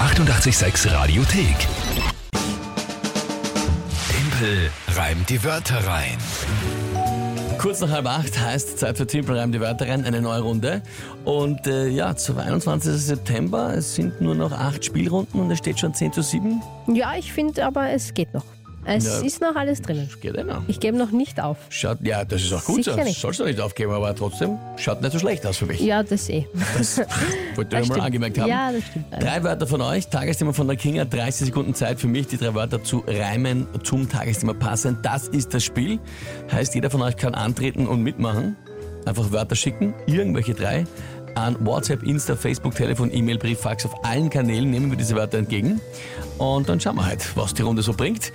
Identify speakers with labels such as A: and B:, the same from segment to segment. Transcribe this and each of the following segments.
A: 886 Radiothek. Tempel reimt die Wörter rein.
B: Kurz nach halb acht heißt Zeit für Timpel, reim die Wörter rein, eine neue Runde. Und äh, ja, zum 21. September, es sind nur noch acht Spielrunden und es steht schon 10 zu 7.
C: Ja, ich finde aber, es geht noch. Es
B: Ja.
C: ist noch alles drinnen.
B: Das geht eh noch.
C: Ich gebe noch nicht auf.
B: Schaut, ja, das ist auch gut
C: Sicher
B: so. Das
C: nicht.
B: sollst du nicht aufgeben, aber trotzdem schaut nicht so schlecht aus für mich.
C: Ja, das eh.
B: Das wollte ich
C: Das
B: mal
C: stimmt.
B: angemerkt haben.
C: Ja, das stimmt.
B: Drei Wörter von euch, Tagesthema von der Kinga, 30 Sekunden Zeit für mich, die drei Wörter zu reimen, zum Tagesthema passend. Das ist das Spiel. Heißt, jeder von euch kann antreten und mitmachen. Einfach Wörter schicken, irgendwelche drei, an WhatsApp, Insta, Facebook, Telefon, E-Mail, Brief, Fax. Auf allen Kanälen nehmen wir diese Wörter entgegen. Und dann schauen wir halt, was die Runde so bringt.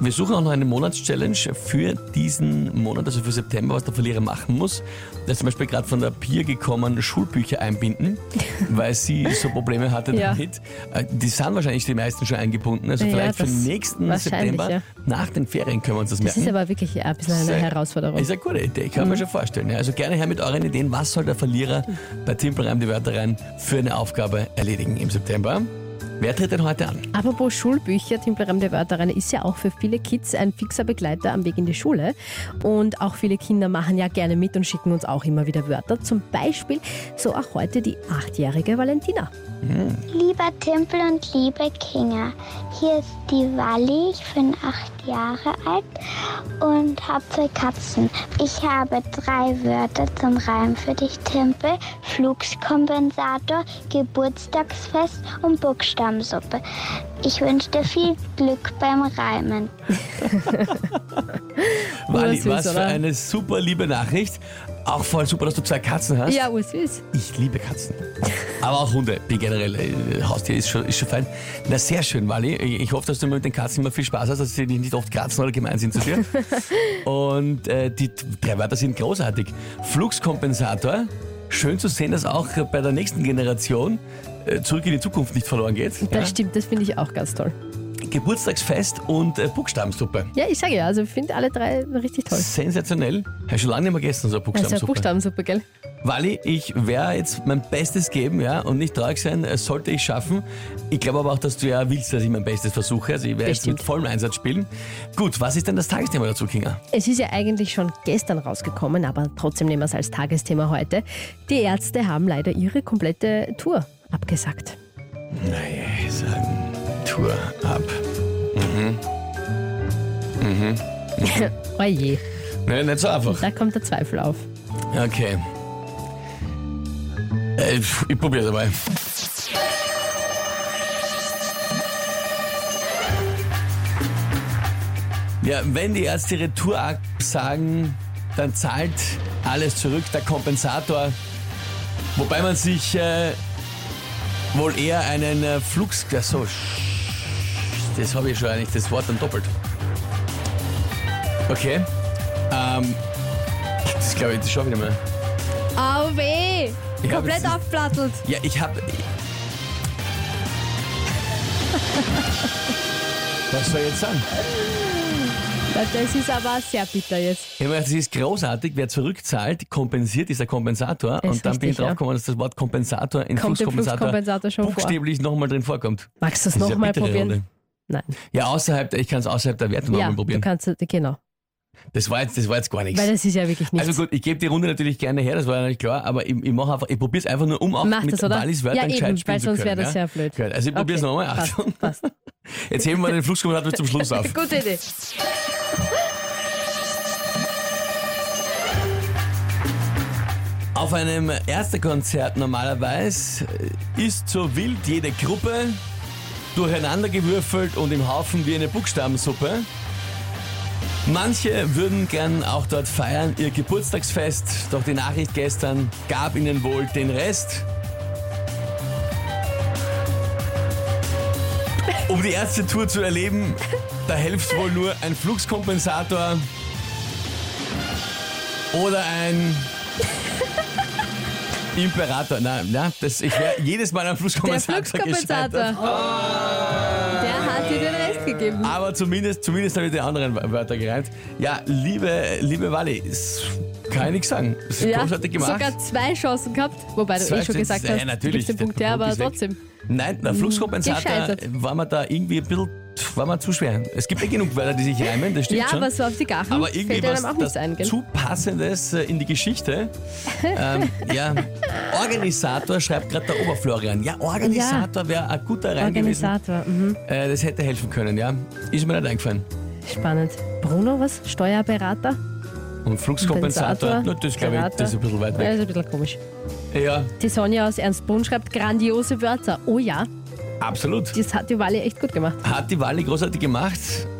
B: Wir suchen auch noch eine Monatschallenge für diesen Monat, also für September, was der Verlierer machen muss. Da ist zum Beispiel gerade von der Pier gekommen, Schulbücher einbinden, weil sie so Probleme hatte
C: Ja.
B: damit. Äh, Die sind wahrscheinlich die meisten schon eingebunden. Also
C: Ja,
B: vielleicht für
C: das-
B: nächsten
C: wahrscheinlich,
B: September
C: ja.
B: nach den Ferien können wir uns das
C: Das ist
B: merken.
C: aber wirklich äh, ein bisschen eine
B: Sehr-
C: Herausforderung. Mhm.
B: Ist eine gute Idee, ich kann mir schon vorstellen. Ja, also gerne her mit euren Ideen, was soll der Verlierer bei Timpelreim die Wörter rein für eine Aufgabe erledigen im September. Wer tritt denn heute an?
C: Apropos Schulbücher, Timpelreim der Wörter rein ist ja auch für viele Kids ein fixer Begleiter am Weg in die Schule. Und auch viele Kinder machen ja gerne mit und schicken uns auch immer wieder Wörter. Zum Beispiel so auch heute die achtjährige Valentina.
D: Lieber Tempel und liebe Kinga, hier ist die Walli, ich bin acht Jahre alt und habe zwei Katzen. Ich habe drei Wörter zum Reim für dich, Tempel. Flugskompensator, Geburtstagsfest und Buchstabensuppe. Ich wünsche dir viel Glück beim Reimen.
B: Wally,
C: Ursüß,
B: was für
C: oder?
B: eine super liebe Nachricht. Auch voll super, dass du zwei Katzen hast.
C: Ja, oh, ursüß.
B: Ich liebe Katzen. Aber auch Hunde, die generell. äh, Haustier ist schon, ist schon fein. Na, sehr schön, Wally. Ich ich hoffe, dass du mit den Katzen immer viel Spaß hast, dass sie dich nicht oft kratzen oder gemein sind zu dir. Und äh, die drei Wörter sind großartig. Fluxkompensator. Schön zu sehen, dass auch bei der nächsten Generation äh, zurück in die Zukunft nicht verloren geht.
C: Das stimmt, das finde ich auch ganz toll.
B: Geburtstagsfest und äh, Buchstabensuppe.
C: Ja, ich sage ja, also ich finde alle drei richtig toll.
B: Sensationell. Habe ich schon lange nicht mehr gegessen, so eine
C: Also
B: Buchstabensuppe.
C: Buchstabensuppe, gell?
B: Wally, ich werde jetzt mein Bestes geben, ja, und nicht traurig sein, äh, sollte ich schaffen. Ich glaube aber auch, dass du ja willst, dass ich mein Bestes versuche. Also ich werde jetzt
C: Bestimmt.
B: mit vollem Einsatz spielen. Gut, was ist denn das Tagesthema dazu, Kinga?
C: Es ist ja eigentlich schon gestern rausgekommen, aber trotzdem nehmen wir es als Tagesthema heute. Die Ärzte haben leider ihre komplette Tour abgesagt.
B: Naja, sagen Tour ab.
C: Oje,
B: Nein, nicht so einfach.
C: da kommt der Zweifel auf.
B: Okay. Äh, pf, ich probiere es einmal. Ja, wenn die Ärzte ihre Tour absagen, dann zahlt alles zurück, der Kompensator. Wobei man sich äh, wohl eher einen äh, Flugs... Ach so, sch- das habe ich schon eigentlich, das Wort dann doppelt. Okay, ähm, das glaube ich, das schaffe ich nicht mehr.
C: Au weh!
B: Ja, aber das
C: Komplett
B: ist-
C: aufplattelt.
B: Ja, ich hab. Was soll ich jetzt sagen?
C: Na, Das ist aber sehr bitter jetzt.
B: Ich meine, das ist großartig. Wer zurückzahlt, kompensiert, ist der Kompensator.
C: Ist
B: und dann bin ich
C: richtig, ja.
B: draufgekommen, dass das Wort Kompensator in
C: Kommt im
B: Fluxkompensator
C: Fluxkompensator schon vor.
B: buchstäblich nochmal drin vorkommt.
C: Magst du es
B: Das ist eine
C: nochmal
B: bittere
C: probieren?
B: Runde.
C: Nein.
B: Ja, außerhalb, der- ich kann es außerhalb der Wertung
C: Ja,
B: nochmal
C: du
B: probieren.
C: kannst, genau.
B: Das war, jetzt, das war jetzt gar nichts.
C: Weil das ist ja wirklich nichts.
B: Also gut, ich gebe die Runde natürlich gerne her, das war ja nicht klar, aber ich, ich mache einfach, ich probiere es einfach nur um, auch
C: Mach
B: mit
C: das, oder?
B: Wallis Wörtern
C: Ja, eben,
B: gescheit spielen
C: weil
B: zu
C: sonst
B: können,
C: wäre das
B: ja?
C: sehr blöd.
B: Gut, Also ich probiere es
C: Okay,
B: nochmal,
C: passt,
B: Achtung.
C: passt.
B: Jetzt heben wir den Fluxkompensator zum Schluss auf.
C: Gute Idee.
B: Auf einem Ärztekonzert normalerweise äh, ist so wild jede Gruppe durcheinandergewürfelt und im Haufen wie eine Buchstabensuppe. Manche würden gern auch dort feiern ihr Geburtstagsfest, doch die Nachricht gestern gab ihnen wohl den Rest. Um die erste Tour zu erleben, da hilft wohl nur ein Flugskompensator oder ein Imperator. Nein, nein, das, ich wäre jedes Mal am
C: Der
B: Flugskompensator
C: Flugskompensator.
B: gescheitert.
C: Der hat dir den Rest gegeben.
B: Aber zumindest, zumindest habe ich die anderen Wörter gereimt. Ja, liebe, liebe Wally, es- kann ich nichts sagen. Es ist großartig gemacht.
C: Sogar zwei Chancen gehabt, wobei du
B: Zwei
C: eh schon
B: Chancen,
C: gesagt
B: ja,
C: hast,
B: natürlich,
C: du gibst den
B: der
C: Punkt her, aber
B: Punkt ist weg.
C: trotzdem.
B: Nein, der Fluxkompensator
C: Gescheitert.
B: war mir da irgendwie ein bisschen, pf, war mir zu schwer. Es gibt ja genug Wörter, die sich reimen, das stimmt
C: ja,
B: schon.
C: aber so auf die Gaffen
B: aber irgendwie
C: fällt
B: was
C: einem auch
B: das
C: nichts ein. Gell?
B: zu passendes äh, in die Geschichte. ähm, ja, Organisator schreibt gerade der Oberflorian. Ja, Organisator wäre ein guter Reim gewesen.
C: Organisator, mhm.
B: Äh, das hätte helfen können, ja. Ist mir nicht eingefallen.
C: spannend. Bruno, was? Steuerberater?
B: Und Fluxkompensator, na, das glaube ich,
C: Berater. Äh,
B: das ist ein bisschen weit
C: Ja,
B: weg.
C: ist ein bisschen komisch.
B: Ja,
C: Die Sonja aus Ernstbrunn schreibt grandiose Wörter. Oh ja,
B: absolut.
C: das hat die Wale echt gut gemacht.
B: Hat die Wally großartig gemacht.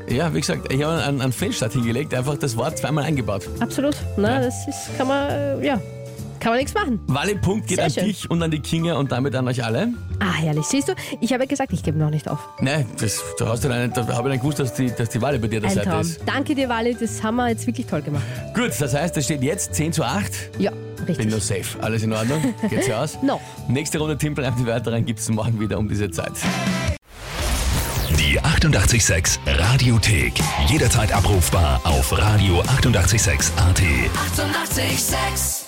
B: Ja, wie gesagt, ich habe einen, einen Fehlstart hingelegt, einfach das Wort zweimal eingebaut.
C: Absolut. Na,
B: Ja.
C: das ist, kann man, äh, ja, kann man nichts machen.
B: Wally, Punkt geht
C: Sehr
B: an
C: schön.
B: dich und an die Kinga und damit an euch alle.
C: Ah, herrlich. Siehst du, ich habe ja gesagt, ich gebe noch nicht auf.
B: Nein, das, da, hast du dann, da habe ich dann gewusst, dass die, dass die Wally bei dir der
C: Ein
B: Seite
C: Traum.
B: ist.
C: Danke dir, Wale, das haben wir jetzt wirklich toll gemacht.
B: Gut, das heißt, es steht jetzt 10 zu 8.
C: Ja,
B: Bin
C: richtig.
B: noch safe. Alles in Ordnung? Geht's ja aus?
C: Noch.
B: Nächste Runde Timpel einfach weiter rein gibt's morgen wieder um diese Zeit.
A: Die 886 Radiothek. Jederzeit abrufbar auf radio886.at. 886!
E: 886